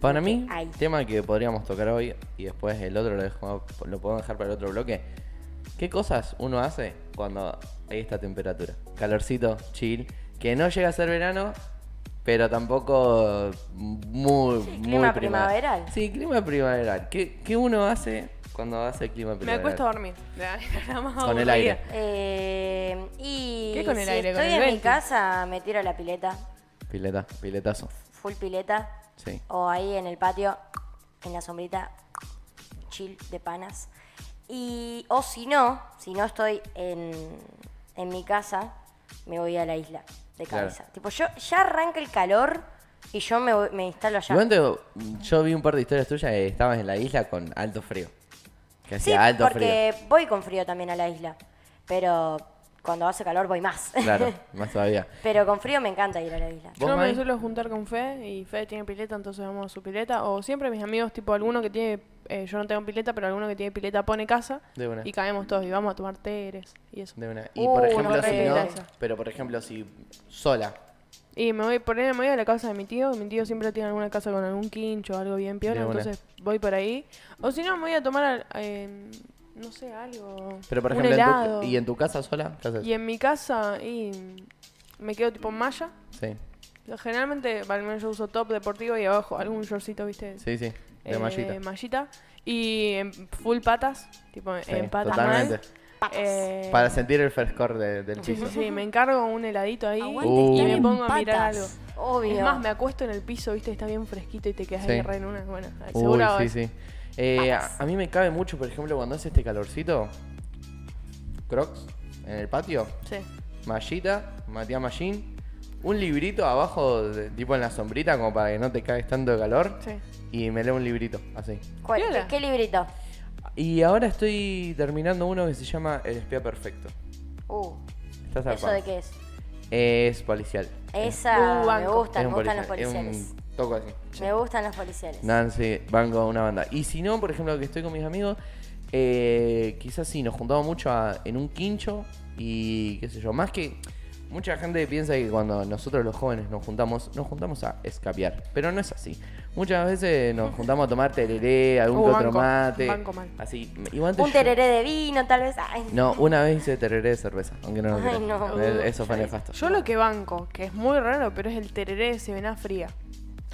Para lo mí, que hay. tema que podríamos tocar hoy y después el otro lo, dejo- lo podemos dejar para el otro bloque. ¿Qué cosas uno hace cuando hay esta temperatura? Calorcito, chill, que no llega a ser verano, pero tampoco muy, Sí, muy clima prima- primaveral. Sí, clima primaveral. ¿Qué, qué uno hace cuando hace clima Me primaveral? acuesto a dormir. La más Con el aburrida. aire. Eh, y ¿Qué con el si aire? ¿Con estoy el en mi venti? casa, me tiro a la pileta, Pileta, piletazo. full pileta, Sí. o ahí en el patio, en la sombrita, chill de panas. Y, o si no, si no estoy en, en mi casa, me voy a la isla de Claro. cabeza. Tipo, yo ya arranca el calor y yo me, voy- me instalo allá. Igual te- yo vi un par de historias tuyas que estabas en la isla con alto frío. Que Sí, hacía alto frío. porque voy con frío también a la isla, pero cuando hace calor voy más. Claro, más todavía. pero con frío me encanta ir a la isla. ¿Vos, Yo me Mai? suelo juntar con Fe y Fe tiene pileta, entonces vamos a su pileta. O siempre mis amigos, tipo alguno que tiene, eh, yo no tengo pileta, pero alguno que tiene pileta pone casa De una. y caemos todos y vamos a tomar teres y eso. De una. Y Uh, por no, ejemplo, re si no, piletazo. pero por ejemplo, si sola. Y me voy por ahí, me voy a la casa de mi tío, y mi tío siempre tiene alguna casa con algún quincho, algo bien piola, De una. entonces voy por ahí. O si no, me voy a tomar, al- eh, no sé, algo. Pero por un ejemplo, en tu- helado. y en tu casa sola, ¿qué haces? Y en mi casa y me quedo tipo en malla. Sí, Generalmente, al menos yo uso top deportivo y abajo algún shortcito, ¿viste? sí, sí, de eh, mallita. mallita. Y en full patas, tipo Sí, en patas totalmente. mal. Eh, Para sentir el frescor de- del sí, sí, chico. sí, me encargo un heladito ahí Aguante y estar me en pongo a mirar algo. patas. Obvio. Es más, me acuesto en el piso, viste, está bien fresquito y te quedas Sí. ahí re en una. Bueno, Uy, seguro. sí, sí. Eh, a, a mí me cabe mucho, por ejemplo, cuando hace este calorcito, crocs en el patio, sí. mallita, Matías Mallín, un librito abajo, de- tipo en la sombrita, como para que no te cagues tanto de calor, Sí. y me leo un librito, así. ¿Cuál- Viola. ¿Qué librito? Y ahora estoy terminando uno que se llama El espía perfecto. Uh, Está ¿Eso zarpado. de qué es? Es policial. Esa Uh, me banco. gustan, un me gustan los policial, policiales. Es un toco así. Me gustan los policiales. Nancy, banco, una banda. Y si no, por ejemplo, que estoy con mis amigos, eh, quizás sí, nos juntamos mucho a- en un quincho y qué sé yo. Más que mucha gente piensa que cuando nosotros los jóvenes nos juntamos, nos juntamos a escapear. Pero no es así. Muchas veces nos juntamos a tomar tereré, algún Uh, que otro banco, mate. banco mal. Así. Igual antes yo- Un tereré de vino, tal vez. Ay, No, una vez hice tereré de cerveza, aunque no lo Ay, creas. no. Eh, Eso fue nefasto. Yo lo que banco, que es muy raro, pero es el tereré de sevena fría.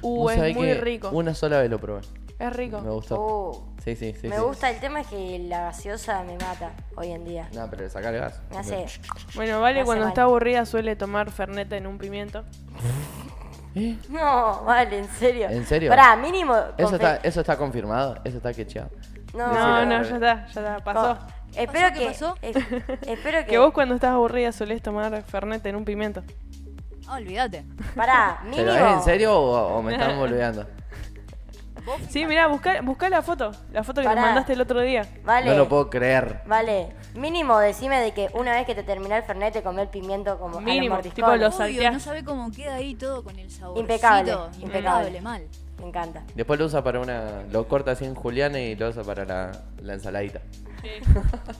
Uh, Vos es sabés muy que rico. Una sola vez lo probé. Es rico. Me gustó. uh, Sí, sí, sí. me sí. gusta. El tema es que la gaseosa me mata hoy en día. No, pero le saca el gas. Me hace. Bueno, Vale Hace cuando mal. está aburrida suele tomar ferneta en un pimiento. ¿Eh? No, vale, en serio. ¿En serio? Pará, mínimo. Eso confe- está, eso está confirmado, eso está quecheado. No, No, sí, no, la- ya está, ya está, con- pasó. Espero ¿Pasó? ¿Qué que. pasó? es- Espero que. Que vos cuando estás aburrida solés tomar fernet en un pimiento. Ah, Olvídate. Pará, mínimo. ¿Pero es en serio o, o me están boludeando? Ah. Sí, mirá, buscá, buscá la foto, la foto que Pará. nos mandaste el otro día. Vale. No lo puedo creer. Vale, mínimo decime de que una vez que te terminó el fernet te comió el pimiento como a los Mínimo, tipo mordiscones. Lo Obvio, salteás. no sabe cómo queda ahí todo con el sabor. Impecable, impecable. Impecable, mal. Me encanta. Después lo usa para una. Lo corta así en Julián y lo usa para la, la ensaladita.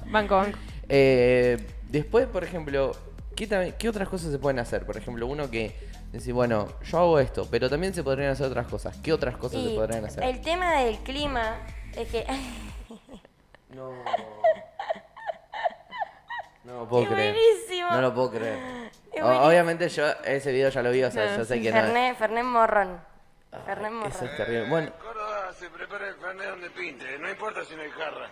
Banco, banco. Eh, después, por ejemplo, ¿qué, tam- qué otras cosas se pueden hacer? Por ejemplo, uno que dice, bueno, yo hago esto, pero también se podrían hacer otras cosas. ¿Qué otras cosas se Y podrían hacer? el tema del clima es que No. No lo puedo Es creer. buenísimo. No lo puedo creer. Es O- buenísimo. obviamente yo ese video ya lo vi, o sea, No, yo sé que no. Ah, fernet, fernet morrón. Fernet Eso es morrón. terrible. Bueno, En Córdoba se prepara el fernet donde pinte, no importa si no hay jarra.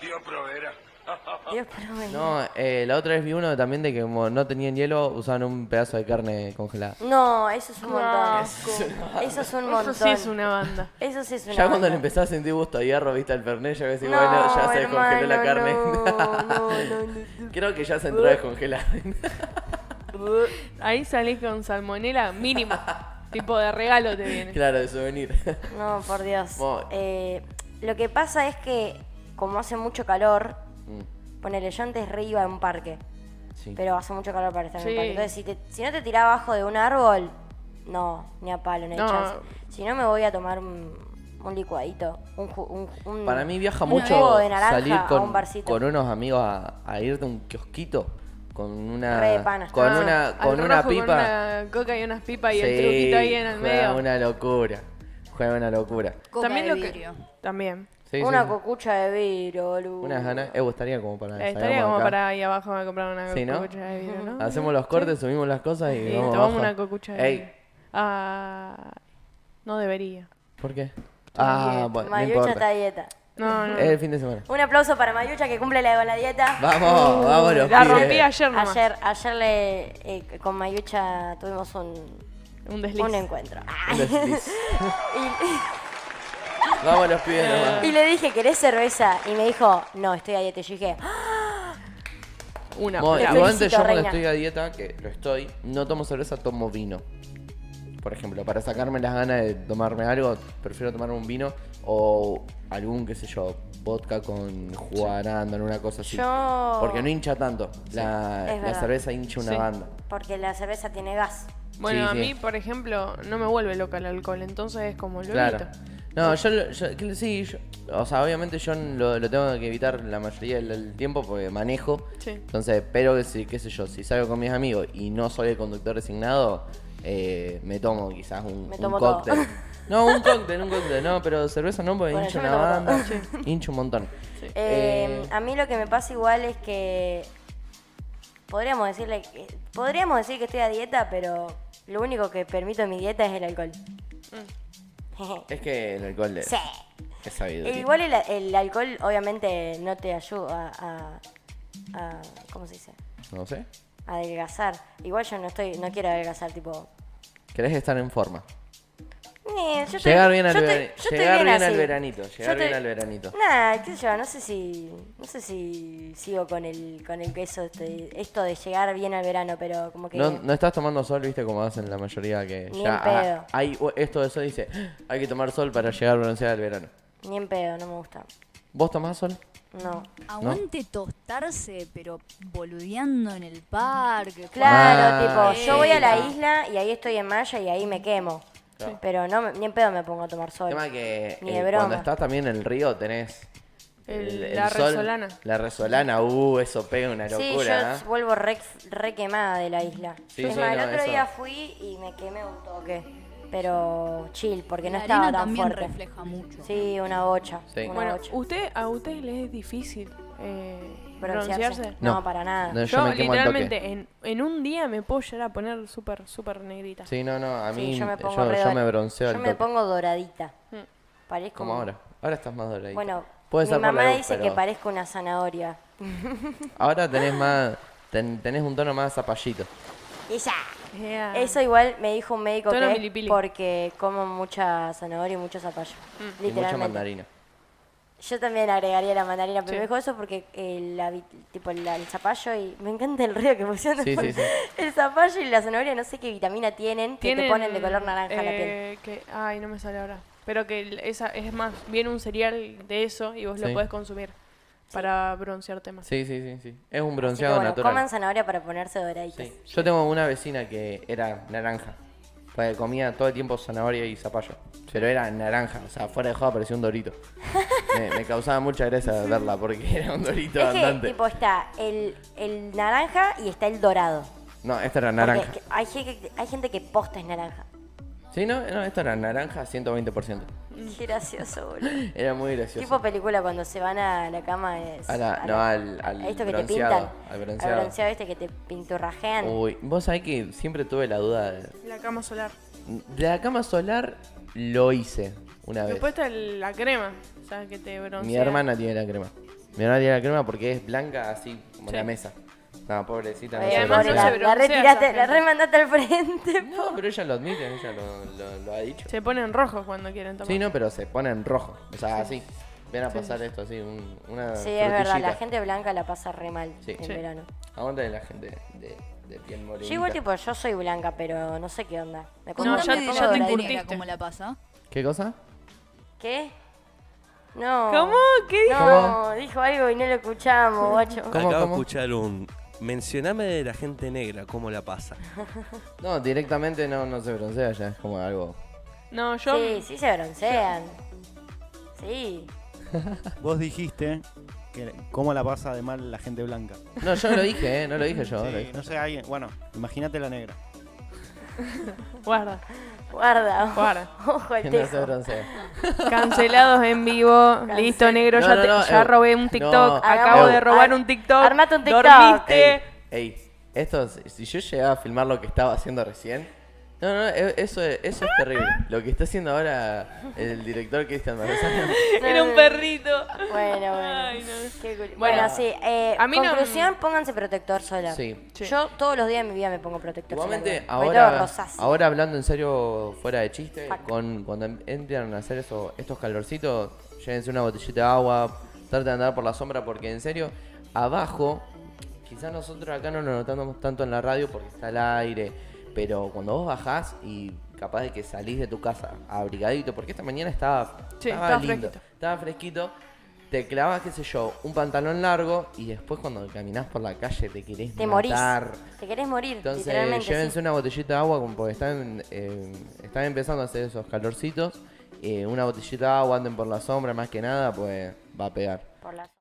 Dios proveerá. Dios provee. No. no, eh, la otra vez vi uno también de que como no tenían hielo, usaban un pedazo de carne congelada. eso es un montón. Eso es un montón. Eso sí es una banda. Eso sí es una Ya cuando banda. le empezás a sentir gusto a hierro, viste al fernet, ya ves, No, bueno, ya se descongeló la carne. hermano, No, no, no. Creo que ya se entró a descongelar. Ahí salís con salmonela mínimo. tipo de regalo te viene. claro, de souvenir. No, por Dios. Bueno. Eh, lo que pasa es que, como hace mucho calor, Mm. ponele, yo antes re iba a un parque, Sí. pero hace mucho calor para estar en Sí. un parque. Entonces, si, te- si no te tirás abajo de un árbol, no, ni a palo, no hay No. chance. Si no, me voy a tomar un, un licuadito, un, ju- un- un- Para mí viaja un mucho jugo de naranja salir a con, un barcito. con unos amigos a, a irte a un kiosquito con una Re de pana. con Ah, una al con una rojo pipa Con una coca y unas pipas y el Sí, truquito ahí en el fue medio. una locura. Fue una locura. Coca También de lo que- vidrio. También. Sí, una sí, sí. cocucha de vidrio, boludo. Unas ganas. Eh, estaría como para. Eh, Estaría salgamos como acá. para ahí abajo a comprar una Sí, ¿no? cocucha de vidrio, ¿no? Hacemos los cortes, subimos las cosas y. Sí, vamos tomamos abajo. una cocucha de Ey, vidrio. Ah, no debería. ¿por qué? Ah, bueno, no Mayucha está a importa. dieta. No, Eh, no. Es el fin de semana. Un aplauso para Mayucha que cumple la, con la dieta. Uh. Vamos, vamos los Uh, la pibes. rompí ayer nomás. Ayer, ayer le, eh, con Mayucha tuvimos un, Un desliz. un encuentro. Ah, Un desliz. y, Vamos los pibes nomás. y le dije, ¿querés cerveza? Y me dijo, no, estoy a dieta. Y yo dije, "Ah, Una. Bueno, bravo. igual antes felicito, yo cuando reina. estoy a dieta, que lo estoy, no tomo cerveza, tomo vino. Por ejemplo, para sacarme las ganas de tomarme algo, prefiero tomarme un vino o algún, qué sé yo, vodka con jugo de arándano, una cosa así. Yo- Porque no hincha tanto. La, es la verdad. cerveza hincha una Sí. banda. porque la cerveza tiene gas. Bueno, Sí, a sí. mí, por ejemplo, no me vuelve loca el alcohol, entonces es como lo Claro. evito. No, yo, lo- yo- que- sí, yo- o sea, obviamente yo lo, lo tengo que evitar la mayoría del, del tiempo porque manejo. Sí. Entonces, pero que si, qué sé yo, si salgo con mis amigos y no soy el conductor designado, eh, me tomo quizás un, Me un tomo todo. cóctel. No, un cóctel, un cóctel, no, pero cerveza no, porque Bueno, hincho yo me una tomo todo. banda, hincho un montón. Eh, Eh, a mí lo que me pasa igual es que podríamos decirle que- podríamos decir que estoy a dieta, pero lo único que permito en mi dieta es el alcohol. es que el alcohol es, sí. es sabido. Eh, Igual el, el alcohol obviamente no te ayuda a, a- ¿cómo se dice? No sé. A adelgazar. Igual yo no estoy no quiero adelgazar tipo Querés estar en forma. "Eh, yo estoy- Llegar bien al, yo estoy- verani- yo estoy llegar bien al así". veranito. Yo Llegar estoy- bien al veranito. Nah, qué sé yo, no sé si. No sé si sigo con el, con el queso este- esto de llegar bien al verano, pero como que. No, no estás tomando sol, viste, como hacen la mayoría que Ni ya en pedo. ah, hay o- esto de sol dice, "Ah, hay que tomar sol para llegar bronceada al verano. Ni en pedo, no me gusta. ¿Vos tomás sol? No. Aguante tostarse, pero boludeando en el parque. Claro, Ah, tipo, yo voy a la sí. isla y ahí estoy en malla y ahí me quemo. Claro. Pero no, me- ni en pedo me pongo a tomar sol. El tema que Ni eh, de broma. cuando estás también en el río tenés El- la resolana. La resolana, uh, eso pega una sí, yo locura. ¿eh? vuelvo re, re quemada de la isla. Sí, es sí, más, el no, otro eso. día fui y me quemé un toque. Pero chill, porque no La estaba arena tan también fuerte. refleja mucho. Sí, una bocha. Sí. Una Bueno, bocha. usted, a ustedes les es difícil eh, Broncearse. pronunciarse. No, para nada. No, yo, Yo, me quemo al toque. literalmente en, en un día me puedo llegar a poner súper, súper negrita. Sí, no, no, a Sí, mí yo me pongo yo- re yo dor- me bronceo al Yo me toque. pongo doradita. Mm. Parezco Como un- ahora. Ahora estás más doradita. Bueno, Puede mi ser por la mamá luz, dice pero que parezco una zanahoria. Ahora tenés más, ten- tenés un tono más zapallito. Y ya. Yeah. Eso igual me dijo un médico Tono que es Ah. milipili. Mm. porque como mucha zanahoria y mucho zapallo. Y mucha Literalmente. mandarina. Yo también agregaría la mandarina, pero Sí. me dijo eso porque el, la vi- tipo la- el zapallo y me encanta el río que pusieron. Sí, sí, sí. El zapallo y la zanahoria no sé qué vitamina tienen, que te Tienen, ponen de color naranja la piel. eh, que- ay, no me sale ahora. Pero que el- esa es más, viene un cereal de eso y vos Sí. lo podés consumir para broncearte más. Sí, sí, sí, sí. Es un Así que bronceado bueno, natural. coman zanahoria para ponerse doraditas. Sí. Yo tengo una vecina que era naranja. Porque comía todo el tiempo zanahoria y zapallo. Pero era naranja, o sea, fuera de juego parecía un dorito. me, me causaba mucha gracia verla porque era un dorito Es que andante. tipo está el, el naranja y está el dorado. No, esta era Porque naranja. que- hay, gente que- hay gente que posta es naranja. Sí, no, no, esta era naranja 120%. Qué gracioso, boludo. Era muy gracioso. Tipo película cuando se van a la cama es. A la- no, al- al a esto que bronceado, te pintan. al bronceado. este que te pinturrajean. Uy, vos sabés que siempre tuve la duda. De, La cama solar. de la cama solar lo hice una vez. Después está el- la crema, o sea, que te broncea. Mi hermana tiene la crema. Mi hermana tiene la crema porque es blanca así como Sí. la mesa. No, pobrecita. Ay, se además puede pobre, no hacer. la, se la broncea retiraste, esa la gente. remandaste al frente. No, pero ella lo admite, ella lo, lo- lo ha dicho. Se ponen rojos cuando quieren tomar. Sí, no, pero se pone en rojo. O sea, así. Ven a pasar esto así, un- una Sí, es verdad, la frutillita. gente blanca la pasa re mal Sí. en Sí. verano. Aguanta la gente de, de piel morena. Yo igual tipo, yo soy blanca, pero no sé qué onda. Me Contame No, ya- de ya la te bandera, encurtiste. ¿Cómo la pasa? ¿Qué cosa? ¿Qué? No. ¿Cómo? ¿Qué dijo? No, dijo algo y no lo escuchamos, guacho. ¿Cómo, Acabo cómo? de escuchar un. Mencioname de la gente negra, cómo la pasa. No, directamente no, no se broncea, ya es como algo. No, yo Sí, sí se broncean. Sí. Vos dijiste que cómo la pasa de mal la gente blanca. No, yo no lo dije, ¿eh? No lo dije yo. no lo Sí, dije. no sé, alguien. Bueno, imagínate la negra. guarda. Guarda. ojo- Guarda. Ojo al Que no se tejo. broncea. Cancelados en vivo. Listo, negro. No, ya, no, te- no, ya eh, robé un TikTok. no. Acabo Hagamos- de robar ar- un TikTok. armate un TikTok. Dormiste. Ey, ey, esto, si- si yo llegaba a filmar lo que estaba haciendo recién. No, no, e- eso, es- eso es terrible. Lo que está haciendo ahora el director Cristian Marzano. Era un perrito. Bueno, bueno. Ay, no. Qué cul- Bueno. Bueno, sí. eh, A mí no- conclusión, pónganse protector solar. Sí. Sí. Yo todos los días de mi vida me pongo protector Igualmente, solar. Porque tengo ahora, rosácea. ahora hablando en serio, fuera de chiste, Fuck. con, cuando em- entran a hacer eso, estos calorcitos, llévense una botellita de agua, traten de andar por la sombra, porque en serio, abajo, quizás nosotros acá no lo notamos tanto en la radio porque está el aire, pero cuando vos bajás y capaz de que salís de tu casa abrigadito, porque esta mañana estaba, Sí, estaba estaba lindo, fresquito. estaba fresquito, te clavas, qué sé yo, un pantalón largo y después cuando caminás por la calle te querés Te morís. matar. Te querés morir, Entonces literalmente. llévense sí. una botellita de agua como porque están, eh, están empezando a hacer esos calorcitos. eh, una botellita de agua, anden por la sombra más que nada, pues va a pegar. Por la-